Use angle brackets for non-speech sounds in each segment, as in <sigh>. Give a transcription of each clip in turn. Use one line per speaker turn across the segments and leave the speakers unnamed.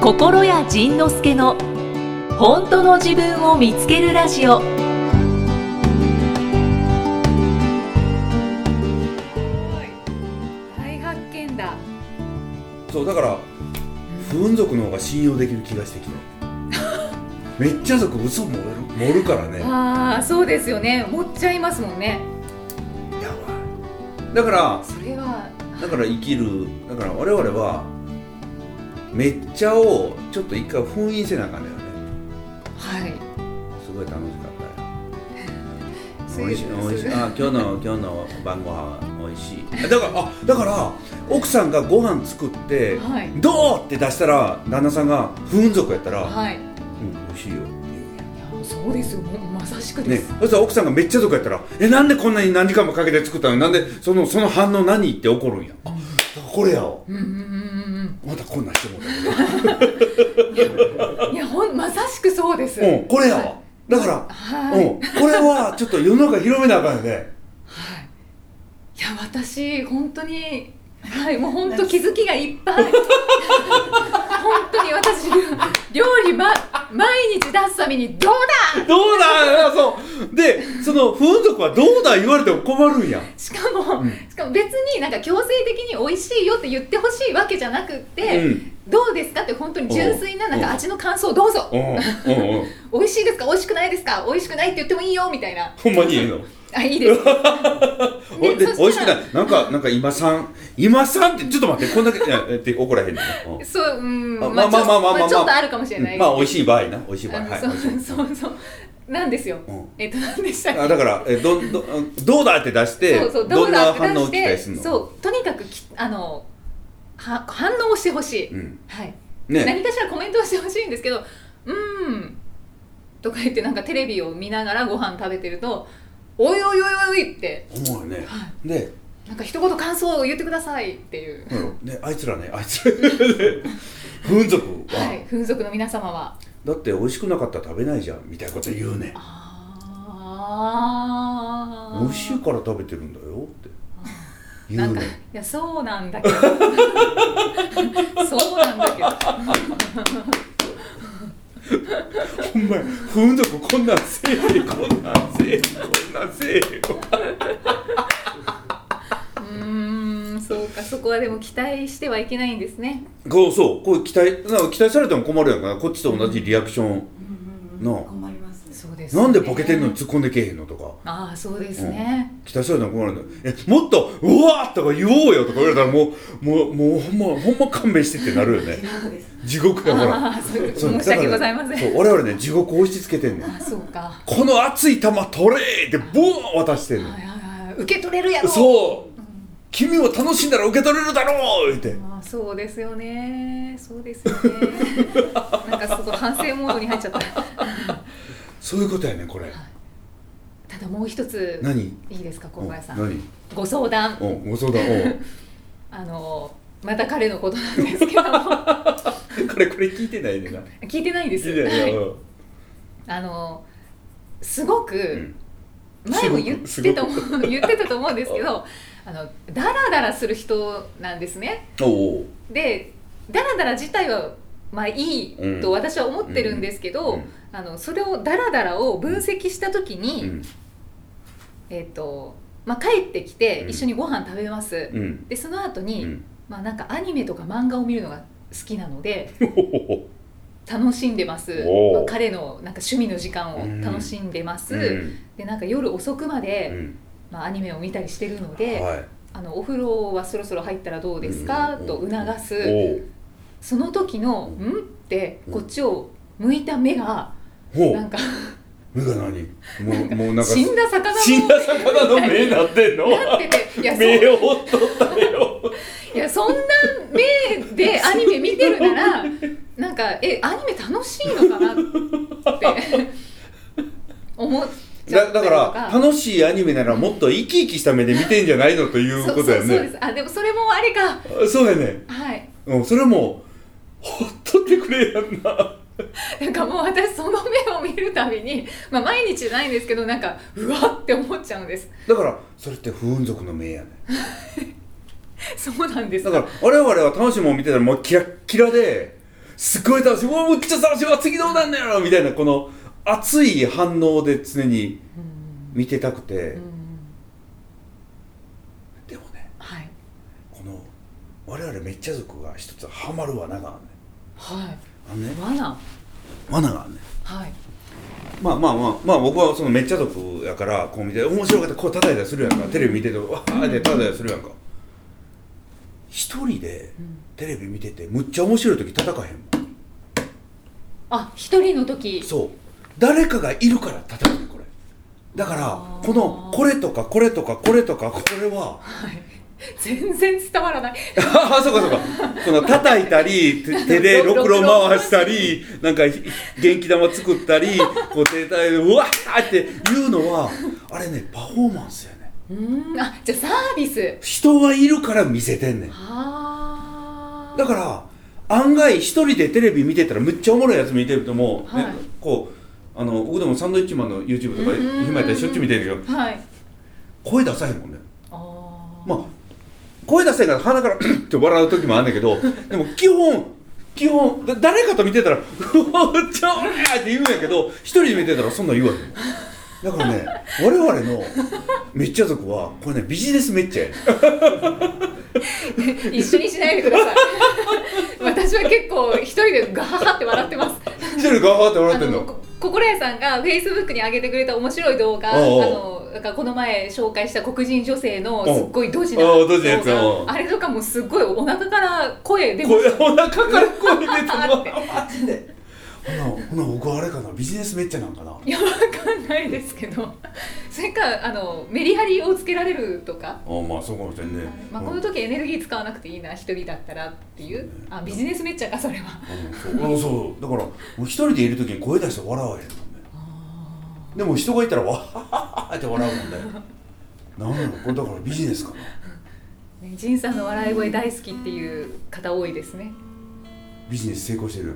心谷仁之助の本当の自分を見つけるラジオ
大発見だ
そうだから不運族の方が信用できる気がして
<laughs>
きためっちゃ族嘘盛る盛るからねや
ああそうですよね持っちゃいますもんね
ばいだから
それは
だから生きるだから我々はめっちゃをちょっと一回封印せなあかんだよね
はい
すごい楽しかった
<laughs>
よ
そう
お
いう
いしいおいしい
そう
あ今
<laughs>
日の今日の晩ご飯はおいしいだからあだから奥さんがご飯作って
はい
「どう?」って出したら旦那さんが不運族やったら「
はいい
うん美味しいよ」って言う
やそうですよもうまさしくで
ね
す、、
そしたら奥さんがめっちゃとかやったら「えなんでこんなに何時間もかけて作ったのになんでそのその反応何?」って怒るんやあこれやわ
うんうんうん
またこんなんしてもらっ
うんうんいやほんまさしくそうです、
たうんこれやわだから、
はい、
うん、これはちょっと世の中広めなあかんよね
はい、いや私本当にはいもう本当気づきがいっ
<laughs>
ぱい本当に私料理、ま、毎日出すためにどうだ
どうだそうでその風俗はどうだ言われても困るんや
しかも、
うん
しかも別になんか強制的に美味しいよって言ってほしいわけじゃなくって、
うん
どうですかって本当に純粋ななん
う
か
ん
味の感想をどうぞ、
うんうんうん
美味しいですか美味しくないですか美味しくないって言ってもいいよみたいな
ほんまにいいの
あいい
<laughs>
です
おいで
そしたら
美味しくないなんかなんか今さん今さんってちょっと待ってこんだけいやえって怒らへんの、うん
そううん
あ
まあ
まあまあまあまあ
ちょっとちょ
まあ
っとあるかもしれない、
うんまあ美味しい場合な美味しい場
あ
合
の
はい
そう
美味しい
そうそうなんですよ、
うん
えっと何でしたっけ
あだからえどどどうだって出して
そうそう
どんな
って出
反応
し
を期
て
待するの
そうとにかくきあのは反応をしてほしい、
うん
はい、
ね
何かしらコメントをしてほしいんですけど「うーん」とか言ってなんかテレビを見ながらご飯食べてると「おいおいおいおい」って
思うよね
は
で
なんか一言感想を言ってくださいっていう
なんやろねあいつらねあいつら不運族は、
はい風俗の皆様は
だって美味しくなかったら食べないじゃんみたいなこと言うね
ああ
美味しいから食べてるんだよって言
な
うん
かい
ね
やそうなんだけど <laughs> そうなんだけど
ほんまや不運族こんなんせえへんこんなんせえへんこんなんせえへん
うーんそうかそこはでも期待してはいけないんですね
こうそうこういう期待なんか期待されても困るやんかこっちと同じリアクション、なあ
困りますね
そうですね
なんでボケてんのに突っ込んでけえへんのとか
ああそうですね、
期待されたら困るんだよえもっと「うわ!」とか言おうよとか言われたらもうもうもうほんまほんま勘弁してってなるよ
<laughs>
ね
そうです
地獄やほら
ああそう
そう
申し訳ございま
だ
せ
から
ん
そう我々ね地獄を押し付けてんねん
あそうか
この熱い球取れーってボーン渡してん
はい
ね
はいはい受け取れるや
ん
ろ
そう君も楽しんだら受け取れるだろうって
ああそうですよねそうですよねなんかすごい反省モードに入っちゃった
そういうことやねんこれ
ただもう一つ
何
いいですか小
うん
林さん
何
ご相談
うんご相談うん
あのまた彼のことなんですけども <laughs>
これこれ聞いてないねんな
聞いてないです
聞いてない
はい
ねんな
あのすごく
うん
前も言っ
す
て
ご
た
く
と思う <laughs> 言ってたと思うんですけどあのダラダラする人なんですね
おおう
でダラダラ自体はまあいい
うん
と私は思ってるんですけど、
うん
あのそれをダラダラを分析した時に、
うん
えっ、とまあ帰ってきて
うん
一緒にご飯食べます、
うん
でその後
う
に、
ん
まあなんかアニメとか漫画を見るのが好きなの
<laughs>
で
ほほほほ
楽しんでます、
おー
まあ彼のなんか趣味の時間を楽しんでます、
うん
でなんか夜遅くまで、
うん
まあ、アニメを見たりしてるので、
はい
あのお風呂はそろそろ入ったらどうですか、
うん
と促す、
おう
その時の「
うん
ん?」って
うん
こっちを向いた目が
ほ
なんか
目が何もうもうなんか
死んだ魚
死ん
の
だ魚の目になってんの
なってていやそ
目をほっとったよ
いやそんな目でアニメ見てるならなんかえアニメ楽しいのかなって思っちゃった
だ
りと
だから楽しいアニメならもっと生き生きした目で見てんじゃないのということだよ
そうそうそうで
ね
すあでもそれもあれか
あそうだよね
はい
うんそれもほっとってくれやんな
なんかもう私その目を見るたびに、まあ、毎日じゃないんですけどなんかうわって思っちゃうんです
だからそれって不運族の目やね
そうなんです
だから我々は楽しいもん見てたらもうキラッキラですごい楽しい、もうめっちゃ楽しい、わ次どうなんのやろみたいな、この熱い反応で常に
うん
見てたくて、
うん
でもね、
はい
この我々めっちゃ族が一つハマる罠があんね
はい
ん。あのね、
罠
罠があんねん。
はい
まあまあまあ、まあ僕はそのめっちゃ族やから、こう見て、面白かったらこう叩いたりするやんか。テレビ見てて、わーって叩いたりするやんか。一人で
うん
テレビ見てて、むっちゃ面白い時叩かへんもん。
あ一人の時
そう誰かがいるから叩くねこれだから
あー
このこれとかこれとかこれとかこれは
はい全然伝わらない
ああそうかそうかその叩いたり手手でろくろ回したりなんかひ元気玉作ったりこう手でうわーっていうのはあれねパフォーマンスやね
うんあじゃあサービス
人がいるから見せてんねん
あー
だから案外一人でテレビ見てたらむっちゃおもろいやつ見てるともう、ね
はい
こうあの僕でもサンドイッチマンの YouTube とか
うんうんうんうん
今やったらしょっちゅう見てるけど
はい
声出さへんもんね
あー
まあ声出せんから鼻からって笑う時もあるんだけどでも基本基本だ誰かと見てたら「うわめっちゃおりゃ!」って言うんやけど一人で見てたらそんなん言わへんだからね我々のめっちゃ族はこれねビジネスめっちゃやね
<laughs> 一緒にしないでください <laughs> 私は結構一人でガハハって笑ってます
一人でガーって笑
あ
ってん
の
の
こ心屋さんがフェイスブックに上げてくれた面白い動画あ
おう
のなんかこの前紹介した黒人女性の
おう
すっごいドジな
お
動
うドジなやつおう
画あれとかもすっごいお腹から声出ま
声
す
お腹から
<laughs>
声出てる
あって
マジでほなほな僕はあれかなビジネスめっちゃなんかない
やわかんないですけどそれかあのメリハリをつけられるとか、
あまあそうかもしれんね、
まあ、この時エネルギー使わなくていいな一人だったらっていうあビジネスめっちゃかそれは
うんうんそうそうだからもう一人でいる時に声出して笑わへんもんねでも人がいたらわはははって笑うもんねなんなのこれだからビジネスかな
ね仁さんの笑い声大好きっていう方多いですね
ビジネス成功してる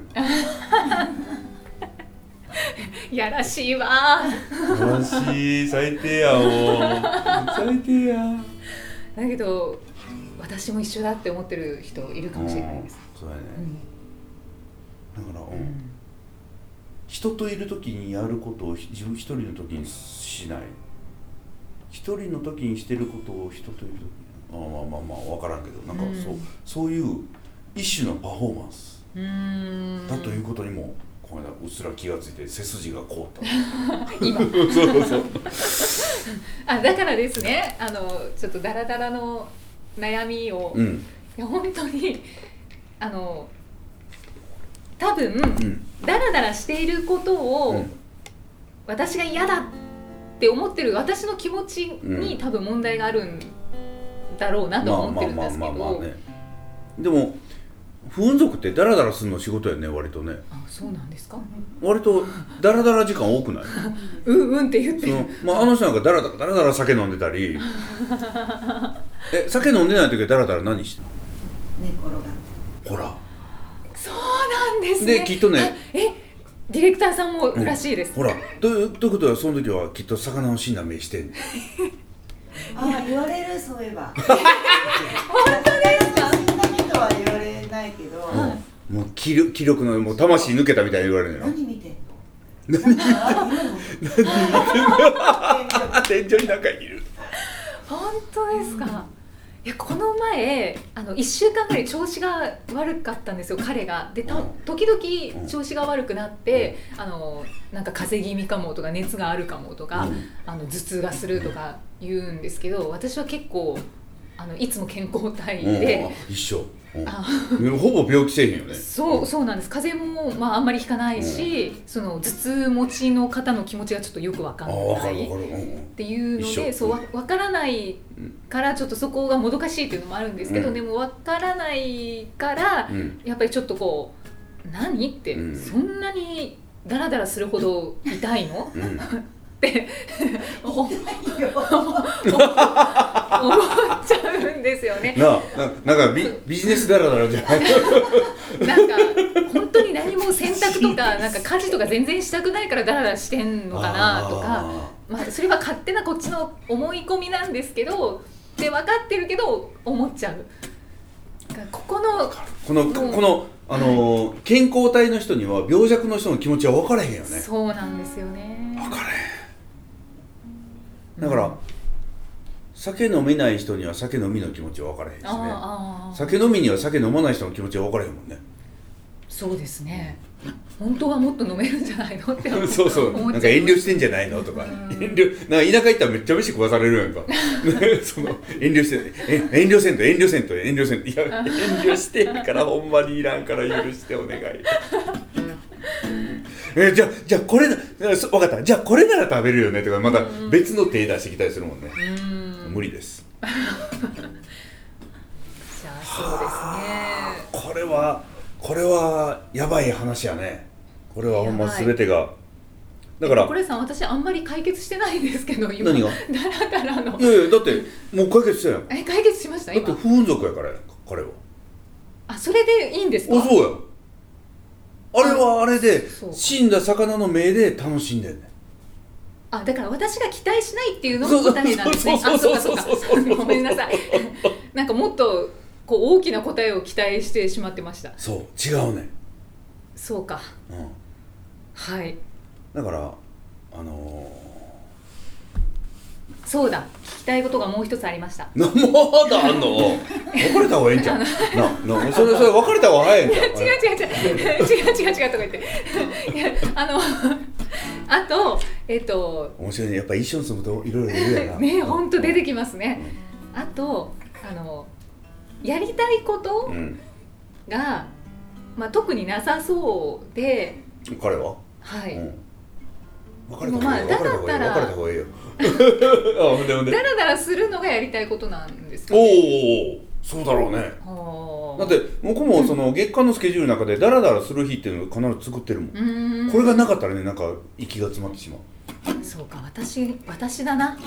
やらしいわ
悲しい最低やも最低や
だけど私も一緒だって思ってる人いるかもしれないです、
そうやね
うん
だから、うん、人といる時にやることをひ自分一人の時にしない一人の時にしてることを人といる時にあまあまあまあ分からんけどなんかそう、
うん
そういう一種のパフォーマンス
うーん
だということにもこの間うっすら気がついて背筋が凍っ
<laughs>
た
今
<laughs> そうそうそう。
あだからですねあのちょっとダラダラの悩みを、
う
い
ん。
や本当にあの多分、
うん。
ダラダラしていることを、
うん
私が嫌だって思ってる私の気持ちに、
うん
多分問題があるんだろうなと思ってるんですけど
ね。でも不運族ってダラダラするの仕事やね割とね。
あそうなんですか
割とダラダラ時間多くない。
うんうんって言っ
そ
て
のまああの人なんかダラダラダラダラ酒飲んでた <laughs> り。え酒飲んでない時はダラダラ何してんの？
寝転がって
ほら。
そうなんですね
できっとね
あえディレクターさんもらしいです、
ほら。というということはその時はきっと魚を死んだ目してんね。
ああ言われるそういえ <laughs> ば
本当ですか
そんなことは言われないけど、
うんもう気力気力のもう魂抜けたみたいに言われるのよ。
何見てんの何見てんの
あ天井になんかいる。
本当ですかいやこの前あの1週間ぐらい調子が悪かったんですよ彼がでた
うん
時々調子が悪くなってあのなんか風邪気味かもとか熱があるかもとか、
うん
あの頭痛がするとか言うんですけど私は結構あのいつも健康体で、
うん、一緒、
あ
うん、ほぼ病気せえへんよね
そうそうなんです風邪も、まあ、あんまりひかないし、その頭痛持ちの方の気持ちがちょっとよくわか
あ
んな
分かる
い
分
っ
かる、うんうん
ていうの
一緒
でそうわ分からないからちょっとそこがもどかしいっていうのもあるんですけど、
うん
でも分からないから
うん、
やっぱりちょっとこう「何?」って、
うん
そんなにダラダラするほど痛いの
うん、
って <laughs> 思っ
<laughs> よ
ちゃうんですよね。
なあななんかビビジネスだらだらじ <laughs> ゃない
なんか本当に何も洗濯と
<laughs>
かなんか家事とか全然したくないからダラダラしてんのかなとか
あ
まあそれは勝手なこっちの思い込みなんですけどで分かってるけど思っちゃうだからここの
ーこの、
うん
このあのー健康体の人には病弱の人の気持ちは分からへんよね
そうなんですよね
分からへんだから、酒飲めない人には酒飲みの気持ちは分からへんしね
ああああ
酒飲みには酒飲まない人の気持ちは分からへんもんね
そうですね本当はもっと飲めるんじゃないのって思
<laughs> そうそう
思っちゃいます
なんか遠慮してんじゃないのとか
うん
遠慮なんか田舎行ったらめっちゃ飯食わされるやんか <laughs> ねその遠慮してえ遠慮せんと遠慮せんと遠慮せん
<laughs>
といや遠慮してんからほんまにいらんから許してお願い <laughs> えじゃあじゃあこれなそ分かったじゃあこれなら食べるよねとかまた別の手出してきたりするもんね
うーん
無理です
じゃあそう
これはこれはやばい話やねこれはほんま全てがだ
ですね
から
これさん私あんまり解決してないんですけど今
何が
だからの
いやいやだってもう解決したやん
え解決しました
だって
今
不運族やからやんか彼は
あそれでいいんですか
あそうやあれはあれで
そう
死んだ魚の目で楽しんでんねん
あだから私が期待しないっていうのも答えなんですね
そ
あ
う
そ
そうう
かそ
そう
か
うそうそうそうそう
ごめんなさいなんかもっとこう大きな答えを期待してしまってました
そう違うねん、
そうか
うん、
はい
だからあの
そうだ聞きたいことがもう一つありました
ー、なまだあんの別れた方がええんちゃう
<laughs>
ななそれそれ別れた方が早いんちゃう
違う違う違う違う違う違う違うとか言っていや
<laughs>
あのあとえっと
面白いねやっぱ一緒に住むといろいろ言うやな
ね本当出てきますねあとあのやりたいこと
うん
が、まあ、特になさそうで
彼は、
はい、
うん別れた方がいい
でもまあ
よ別れた
だった
方がいいよ別れた方がいいよ <laughs> あほんでほんで
だらだらするのがやりたいことなんですか
おーお
ね
ーおーそうだろうね
お
だって向こうもその月間のスケジュールの中でダラダラする日っていうのを必ず作ってるもん、これがなかったらねなんか息が詰まってしまう
そうか私私だな <laughs>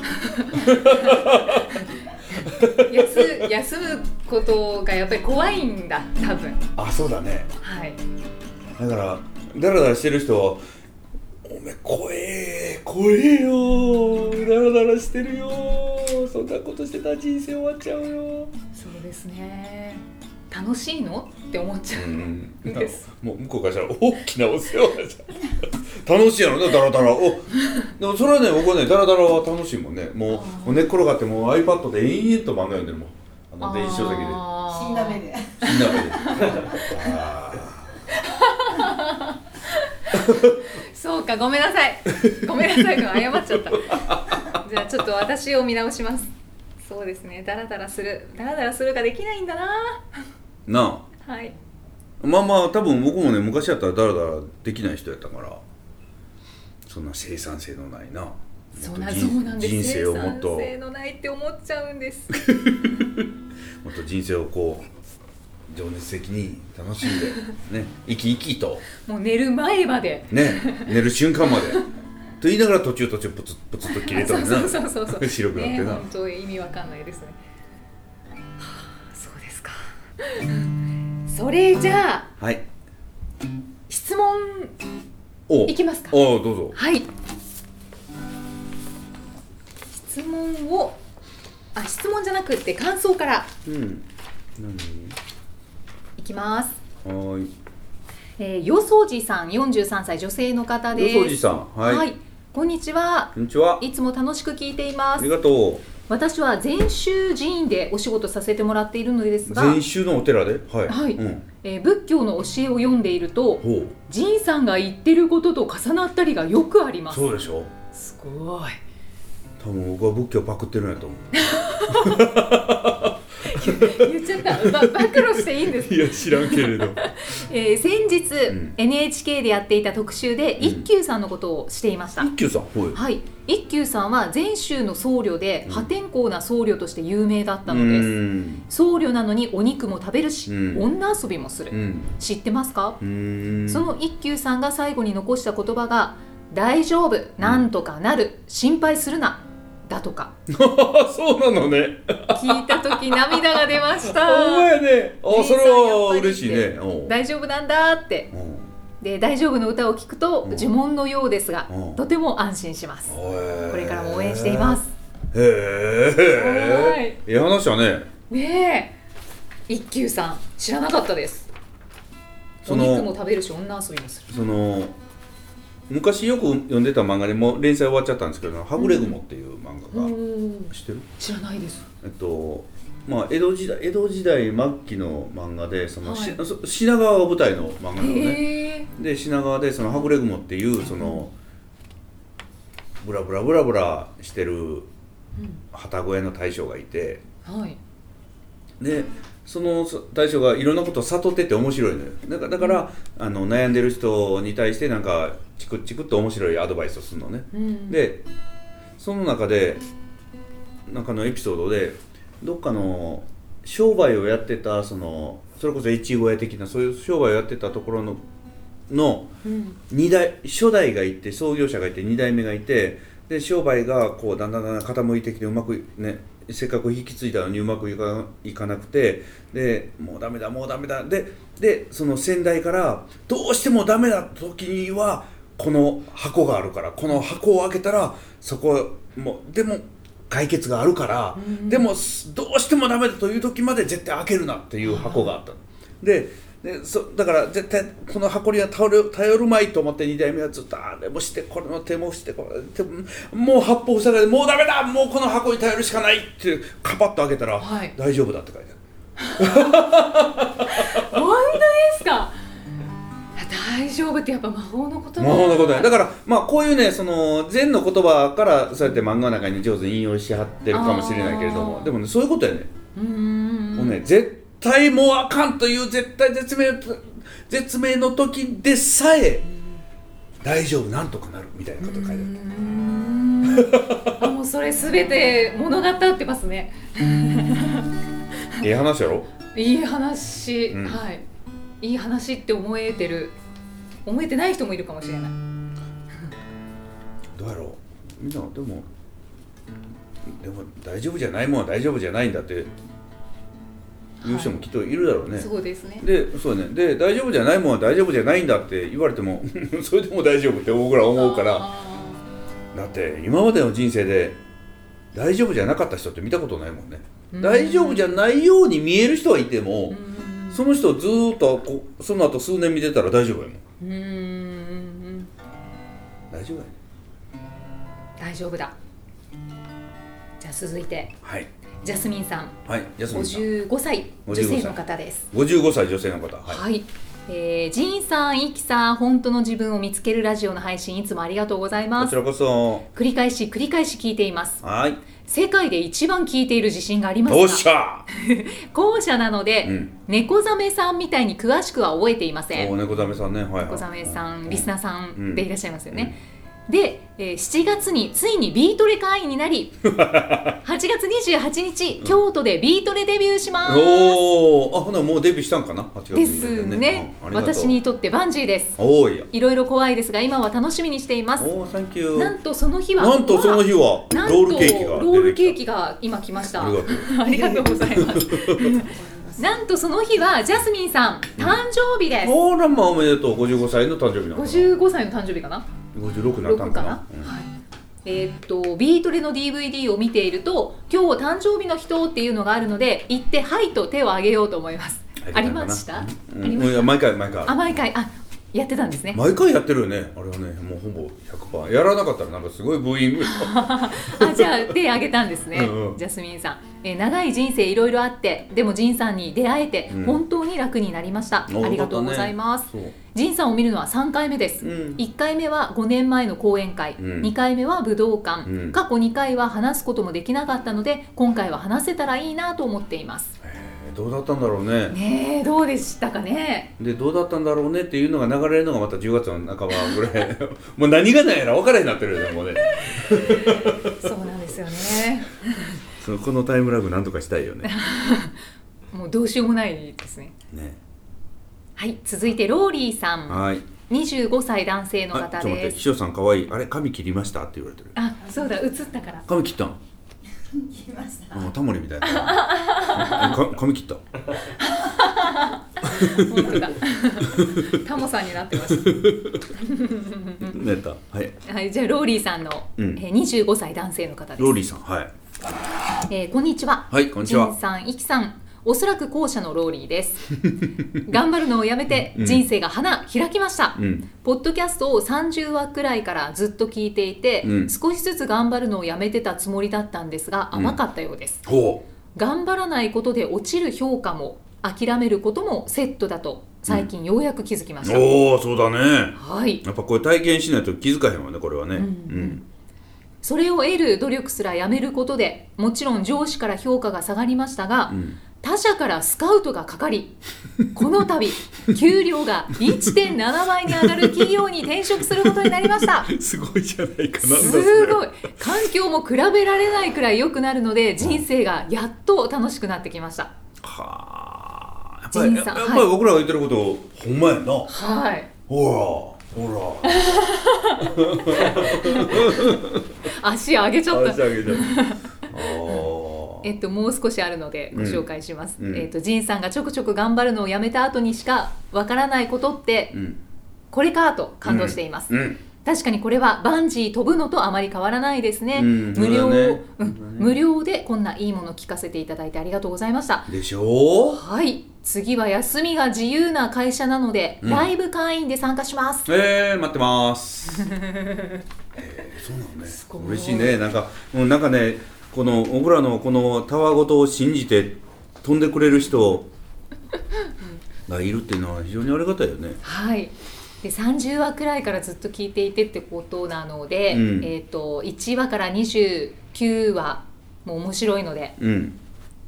休休むことがやっぱり怖いんだ多分
あそうだね
はい
だからダラダラしてる人は「おめえ怖え怖えよダラダラしてるよそんなことしてたら人生終わっちゃうよ
そうですね楽しいのって思っちゃ」う、
ん
いいです
もう向こうからしたら大きなお世話じゃん楽しいやろなダラダラおでもそれはね僕はねダラダラは楽しいもんねもうもう寝っ転がってもう iPad で延々と漫画読んでるもんあの電子書籍で
あー
死んだ目で。
みんなで。
そうかごめんなさい <laughs> ごめんなさいが謝っちゃったじゃあちょっと私を見直しますそうですねダラダラするダラダラするができないんだな
な
はい
あ、まあまあ、多分僕もね、昔やったら、だらだらできない人やったから。そんな生産性のないな。
そうな
もっと
そ
人
うなんです
人生をもっと、
生産性のないって思っちゃうんです
もっと人生をこう。情熱的に楽しんで、ね、生き生きと、
もう寝る前まで
ね、寝る瞬間
<laughs>
まで。と言いながら、途中途中プツプツと切れた
そ
り
う
な。
そうそうそうそう
白くなってな
ね、本当意味わかんないですねはあそうですかそれじゃあ
はい。
質問
おう。
いきますか
おう、どうぞ。
はい質問をあ質問じゃなくって感想から
うん。
いきます、
何。はーい。
えー、よそうじさん43歳女性の方です
よそじさん。はい。
はい、こんにちは
こんにちは。
いつも楽しく聞いていま
あ
す
りがとう。
私は禅宗寺院でお仕事させてもらっているのですが
禅宗のお寺ではい、
はい
うん、
えー仏教の教えを読んでいると
ほう
仁さんが言ってることと重なったりがよくあります
そうでしょ
すごい
多分僕は仏教パクってるんやと思
言っちゃった、ば、暴露して <laughs> いいんです
ういや知らんけれど
えー先日、
ん
NHK でやっていた特集で、
ん
一休さんのことをしていました、
<laughs> 一休さんほい
はい、一休さんは禅宗の僧侶で、
うん
破天荒な僧侶として有名だったのです、
うん
僧侶なのにお肉も食べるし、
うん
女遊びもする、
うん
知ってますか、
うん <laughs>
その一休さんが最後に残した言葉が「大丈夫なんとかなる心配するな」だとか
そうなのね
聞いた時涙が出まし
<laughs> ほんま
た
やねあ
ね
それは嬉しいねおう
大丈夫なんだって
うん
で大丈夫の歌を聞くと
うん
呪文のようですが
うん
とても安心します
へえ
これからも応援しています
へえええ話だね
ねえ一休さん知らなかったです
そ
お
の
肉も食べるし女遊びもする
その昔よく読んでた漫画でもう連載終わっちゃったんですけど「はぐれ雲」っていう漫画が、
うん
知ってる
知らないです
えっとまあ江戸時代江戸時代末期の漫画でその、
はい
しそ品川が舞台の漫画なのね
へえ
で品川でそのはぐれ雲っていうそのブラブラブラブラしてる旗小屋の大将がいて
はい
でその大将がいろんなことを悟ってて面白いのよだからだからあの悩んでる人に対してなんかチクッチクっと面白いアドバイスをするのね
うん
でその中で中のエピソードでどっかの商売をやってたそのそれこそ越後屋的なそういう商売をやってたところのの
うん
二代初代がいて創業者がいて2代目がいてで商売がこうだんだんだんだん傾いてきてうまくいねせっかく引き継いだのにうまくいかいかなくてでもうダメだもうダメだででその先代からどうしてもダメな時にはこの箱があるからこの箱を開けたらそこもうでも解決があるから、
うん
でもすどうしてもダメだという時まで絶対開けるなっていう箱があったででそだから絶対この箱には頼る頼るまいと思って2代目はずっとあれもしてこれの手もしてこれの手ももう八方塞がれてもうダメだもうこの箱に頼るしかないってカパッと開けたら、
はい
大丈夫だって書いてある
本当ですか大丈夫ってやっぱ魔法の言葉
魔法のことやだからまあこういうねその禅の言葉からそうやって漫画の中に上手に引用しはってるかもしれないけれど
あ
も
ー
でもねそういうことやね、
うんうん
もうね絶対もうあかんという絶対絶命絶命の時でさえ大丈夫なんとかなるみたいなこと書いてある、
あもうそれすべて物語ってますね
ええ話やろ
いい話、
うん
はいいい話って思えてる思えてない人もいるかもしれない
どうやろうみんなでもでも大丈夫じゃないもんは大丈夫じゃないんだって言う人もきっといるだろうね、
そうですね
でそうねで大丈夫じゃないもんは大丈夫じゃないんだって言われても <laughs> それでも大丈夫って僕ら思うから
あ
だって今までの人生で大丈夫じゃなかった人って見たことないもんね、
うん
大丈夫じゃないように見える人はいても
ー、うん
その人をずーっとこうその後数年見てたら大丈夫やも
う
ん
んうんうん
大丈夫やね
大丈夫だじゃあ続いて
はい
ジャスミンさん
はいジャスミンさん
55歳
55
女
歳
性の方です
55歳女性の方
はい、
は
えー、ジンさん、イキさん、本当の自分を見つけるラジオの配信いつもありがとうござい
いこ
ま
ち
す。
らこそ
繰り返し繰り返し聞いています。
はい
世界で一番聞いている自信があります
お
が、
っしゃ
後者なので、
うん
猫ザメさんみたいに詳しくは覚えていませ
お
ん。
猫ザメさんねはいはい
猫ザメさん、リスナーさ
うん
んでいらっしゃいますよね。で、えー7月についにビートレ会員にな
<laughs>
り、8月28日、京都でビートレデビューします。
おおあほなもうデビューしたんかな8月
で
に
すね
うんありがとう
私にとってバンジーです
おーいや
いろいろ怖いですが今は楽しみにしています
おーサンキュー
なんとその日は
なんとその日は
なんと
ロールケーキが出てきた
ロールケーキが今来ました
ありがとう
ありがとうございます
ます
<laughs>
なんとその日はジャスミンさん誕生日です
ほらまあおめでとう55歳の誕生日なのかな
55歳の誕生日かな
56になった
6
ん
か
か
な
なうん
はいえーっとビートレの DVD を見ていると今日誕生日の人っていうのがあるので行ってはいと手を挙げようと思いますありましたあ
うん
りま
い
し
や毎回毎回
たあ毎回あやってたんですね
毎回やってるよねあれはねもうほぼ100%やらなかったらなんかすごいブーイング
あじゃあ手挙げたんですね
うんうん
ジャスミンさん、えー長い人生いろいろあってでもジンさんに出会えて
うん
本当に楽になりました、
お
<laughs> ありがとうございます、
<laughs> そう
ジンさんを見るのは3回目です、
うん
1回目は5年前の講演会、
うん
2回目は武道館、
うん
過去2回は話すこともできなかったので今回は話せたらいいなと思っています
えーどうだったんだろうね
ねえどうでしたかね
でどうだったんだろうねっていうのが流れるのがまた10月の半ばぐらい <laughs> もう何がないやら分からへんなってるよねもうね
そうなんですよね
そのこのタイムラグなんとかしたい
<laughs>
よね
もうどうしようもないですね
ね
はい続いてローリーさん
はい
25歳男性の
あちょっ
方
と待っ
で
て
す
秘書さんかわいいあれ髪切りましたって言われてる
<laughs> あ、そうだ、映ったから。
髪切ったん
聞きました
うんタモリみたいな
<laughs>
か髪切った
本当だ。タモさんになってまし
寝たはい
た。はい、じゃあローリーさんの、
うん
えー25歳男性の方です。
ローリーさんはい
えーこんにちは。
はいこんにちは
ジンさん、イキさん。おそらく後者のローリー
<laughs>
です頑張るのをやめて人生が花開きました、
うん
ポッドキャストを30話くらいからずっと聞いていて、
うん
少しずつ頑張るのをやめてたつもりだったんですが甘かったようです、
ほ
頑張らないことで落ちる評価も諦めることもセットだと最近ようやく気づきました、
おおそうだね
はい
やっぱこれ体験しないと気づかへんわねこれはね
うんそれを得る努力すらやめることでもちろん上司から評価が下がりましたが、
うん
他社からスカウトがかかりこの度給料が1.7倍に上がる企業に転職することになりました
うん <laughs> すごいじゃないかな
すごい環境も比べられないくらい良くなるので人生がやっと楽しくなってきました
はあやっぱり
ジ
や
ン
っ
さん
ぱり僕らが言ってることほんまやなほ
はい
らほら
足上げちゃった <laughs>
話あげちゃうあー
えっと、もう少しあるのでご紹介します、
うんうん
えっと、ジンさんがちょくちょく頑張るのをやめた後にしかわからないことって
うん
これかと感動しています、
うん
確かにこれはバンジー飛ぶのとあまり変わらないですね、
うん
無料、
そうだね
うん無料でこんないいもの聞かせていただいてありがとうございました
でしょ
はい次は休みが自由な会社なので、
うん
ライブ会員で参加します
えー、待ってま
<laughs>
す。えー、そうなのね
ごい。
嬉しいね。なんか、うん、なんかね、この僕らのこのたわごとを信じて飛んでくれる
<laughs>
人がいるっていうのは非常にありがたいよね。
はいで30話くらいからずっと聞いていてってことなので、
うん
えっと1話から29話も面白いので
うん。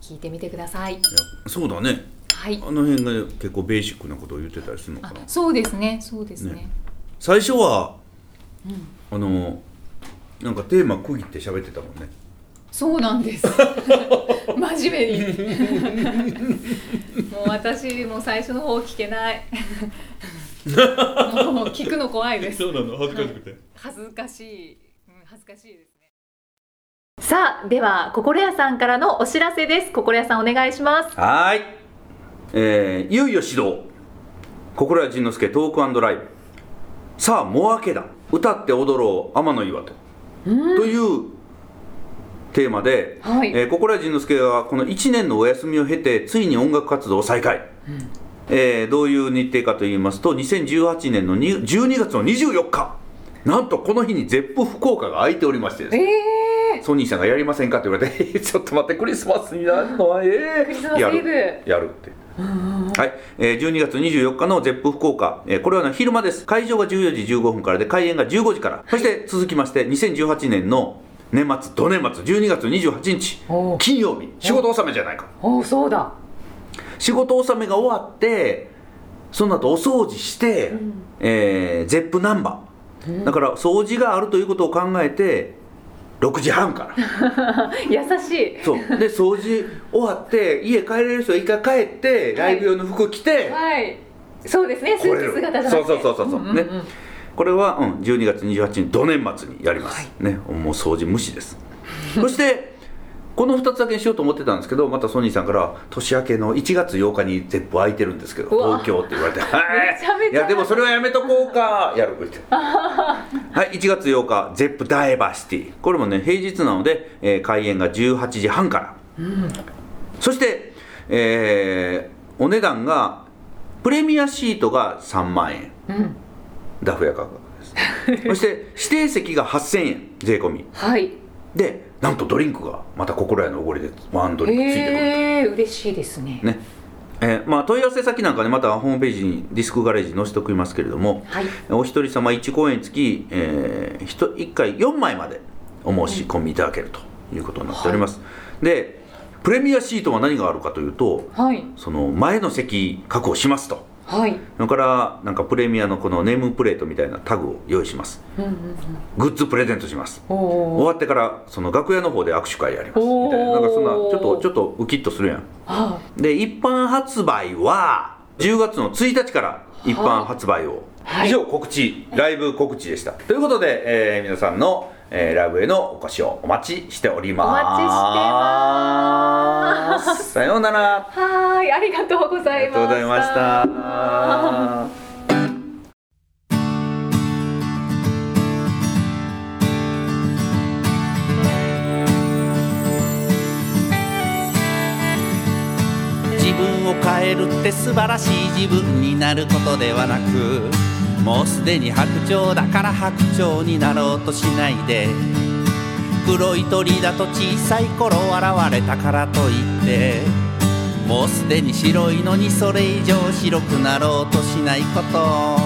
い
聞いてみてください。
やそうだね。
はい。
あの辺が結構ベーシックなことを言ってたりするのか
あ
な、。
そうですね。そうですね。
ね最初は、あのなんかテーマ区切って喋ってたもんね。
そうなんです。 <laughs> 真面目 <laughs> に。もう私もう最初の方聞けない。 <laughs> もう聞くの怖い
<laughs>
です。
うなの恥ずかしくて。
恥ずかしい。うん、恥ずかしいですね。さあ、では心屋さんからのお知らせです。心屋さんお願いします。
はーい、えー、いよいよ始動心谷仁之助トークライブさあもう明けだ歌って踊ろう天の岩戸というテーマで、
はい
えー心谷仁之助はこの1年のお休みを経てついに音楽活動を再開、えーどういう日程かと言いますと2018年のに12月の24日なんとこの日にゼップ福岡が開いておりましてです
え
ね
え
ソニーさんがやりませんかって言われて、え <laughs> ちょっと待って、クリスマスになるのは、えー
クリスマスイブ
やるやるって。はい、えー12月24日のゼップ福岡、えーこれはね昼間です。会場が14時15分からで、開演が15時から。そして続きまして、2018年の年末、土年末、12月28日
お、
金曜日、仕事納めじゃないか。
おそうだ。
仕事納めが終わってその後お掃除して、えー、ゼップナンバー、だから掃除があるということを考えて6時
<laughs>
半から
優しい。
そうで掃除終わって家帰れる人は一回帰ってライブ用の服着て、
はい。そうですね。ス
来れ
ー
る
ツ姿じゃなくて。
そうそうそうそうそう,、
んん
ねこれは、うん、12月28日土年末にやります、ねもう掃除無視ですそしてこの2つだけにしようと思ってたんですけどまたソニーさんから年明けの1月8日に全部空いてるんですけど
うわ
東京って言われて「は
め
い
ちゃめちゃ
いやでもそれはやめとこうか」やる
<laughs>
ってはい、1月8日、ゼップダイバーシティ。これもね、平日なので、えー開演が18時半から。そして、えーお値段が、プレミアシートが3万円。ダフ屋価格です。そして、指定席が8000円、税込み。
はい。
で、なんとドリンクが、また心得のおごりで、ワンドリンクついてくる。
ええ嬉しいですね。
ねえーまあ、問い合わせ先なんかねまたホームページにディスクガレージ載せておきますけれども、
はい
お一人様1公演につき、えー、1, 回4枚までお申し込みいただけるということになっております、でプレミアシートは何があるかというと
はい。
その前の席確保しますと
はい。
それからなんかプレミアのこのネームプレートみたいなタグを用意します、グッズプレゼントします
お
終
お。
わってからその楽屋の方で握手会やりますみたいななんかそんなちょっとちょっとウキッとするやん
あ
で一般発売は10月の1日から一般発売を、
はい
以上告知ライブ告知でしたということで、えー皆さんの、えーライブへのお越しをお待ちしております
お待ちしてま
してますさようなら
あ。はーい、ありがとうござ
あり
いました。
がとうございました分を変えるって素晴らしい自分になることではなくもうすでに白鳥だから白鳥になろうとしないで黒い鳥だと小さい頃現れたからといってもうすでに白いのにそれ以上白くなろうとしないこと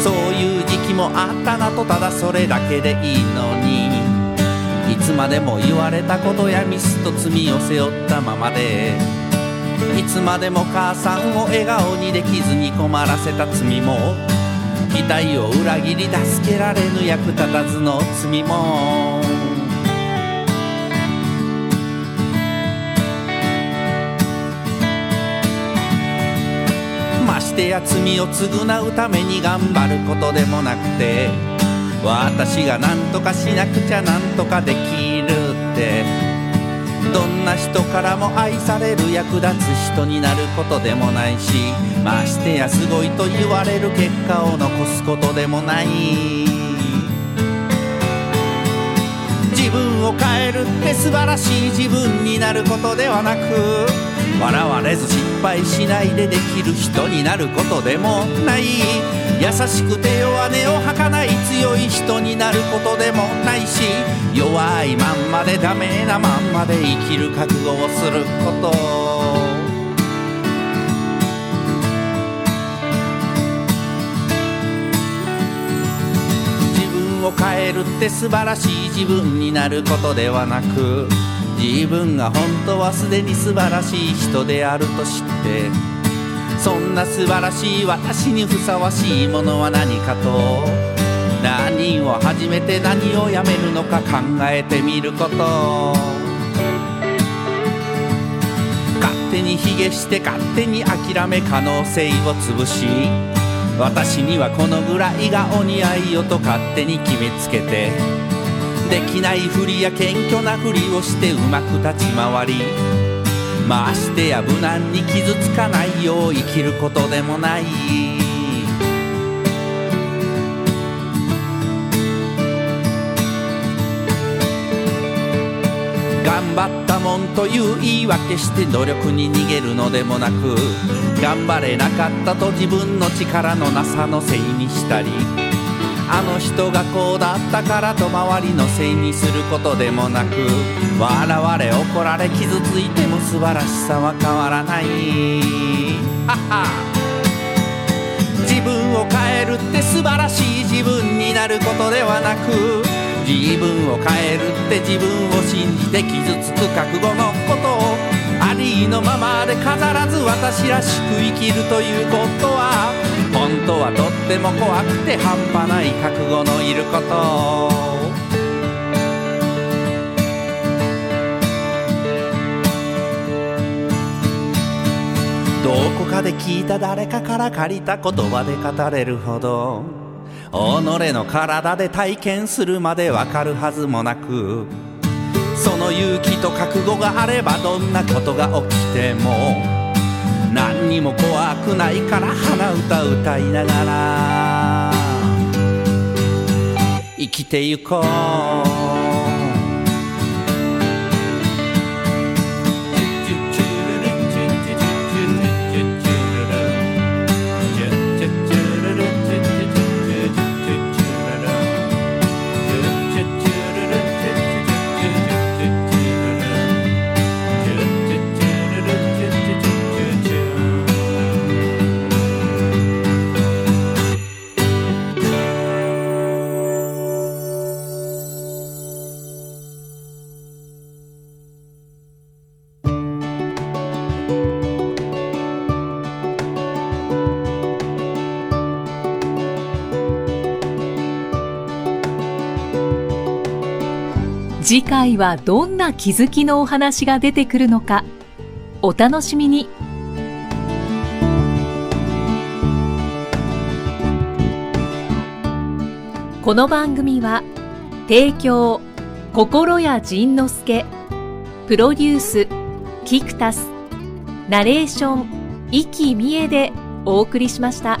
そういう時期もあったなとただそれだけでいいのにいつまでも言われたことやミスと罪を背負ったままでいつまでも母さんを笑顔にできずに困らせた罪も期待を裏切り助けられぬ役立たずの罪もましてや罪を償うために頑張ることでもなくて私が何とかしなくちゃ何とかできるってどんな人からも愛される役立つ人になることでもないしましてやすごいと言われる結果を残すことでもない自分を変えるって素晴らしい自分になることではなく笑われず失敗しないでできる人になることでもない優しくて弱音を吐かない強い人になることでもないし弱いまんまでダメなまんまで生きる覚悟をすること自分を変えるって素晴らしい自分になることではなく自分が本当はすでに素晴らしい人であると知ってそんな素晴らしい私にふさわしいものは何かと何を始めて何をやめるのか考えてみること勝手に卑下して勝手に諦め可能性を潰し私にはこのぐらいがお似合いよと勝手に決めつけてできないふりや謙虚なふりをしてうまく立ち回りましてや無難に傷つかないよう生きることでもない頑張ったもんという言い訳して努力に逃げるのでもなく頑張れなかったと自分の力のなさのせいにしたりあの人がこうだったからと周りのせいにすることでもなく笑われ怒られ傷ついても素晴らしさは変わらない <laughs> はっは自分を変えるって素晴らしい自分になることではなく自分を変えるって自分を信じて傷つく覚悟のことをありのままで飾らず私らしく生きるということは本当はとっても怖くて半端ない覚悟のいることどこかで聞いた誰かから借りた言葉で語れるほど己の体で体験するまでわかるはずもなくその勇気と覚悟があればどんなことが起きても何にも怖くないから鼻歌歌いながら生きてゆこう
次回はどんな気づきのお話が出てくるのかお楽しみにこの番組は提供心谷仁之助プロデュースキクタスナレーション生きみえでお送りしました。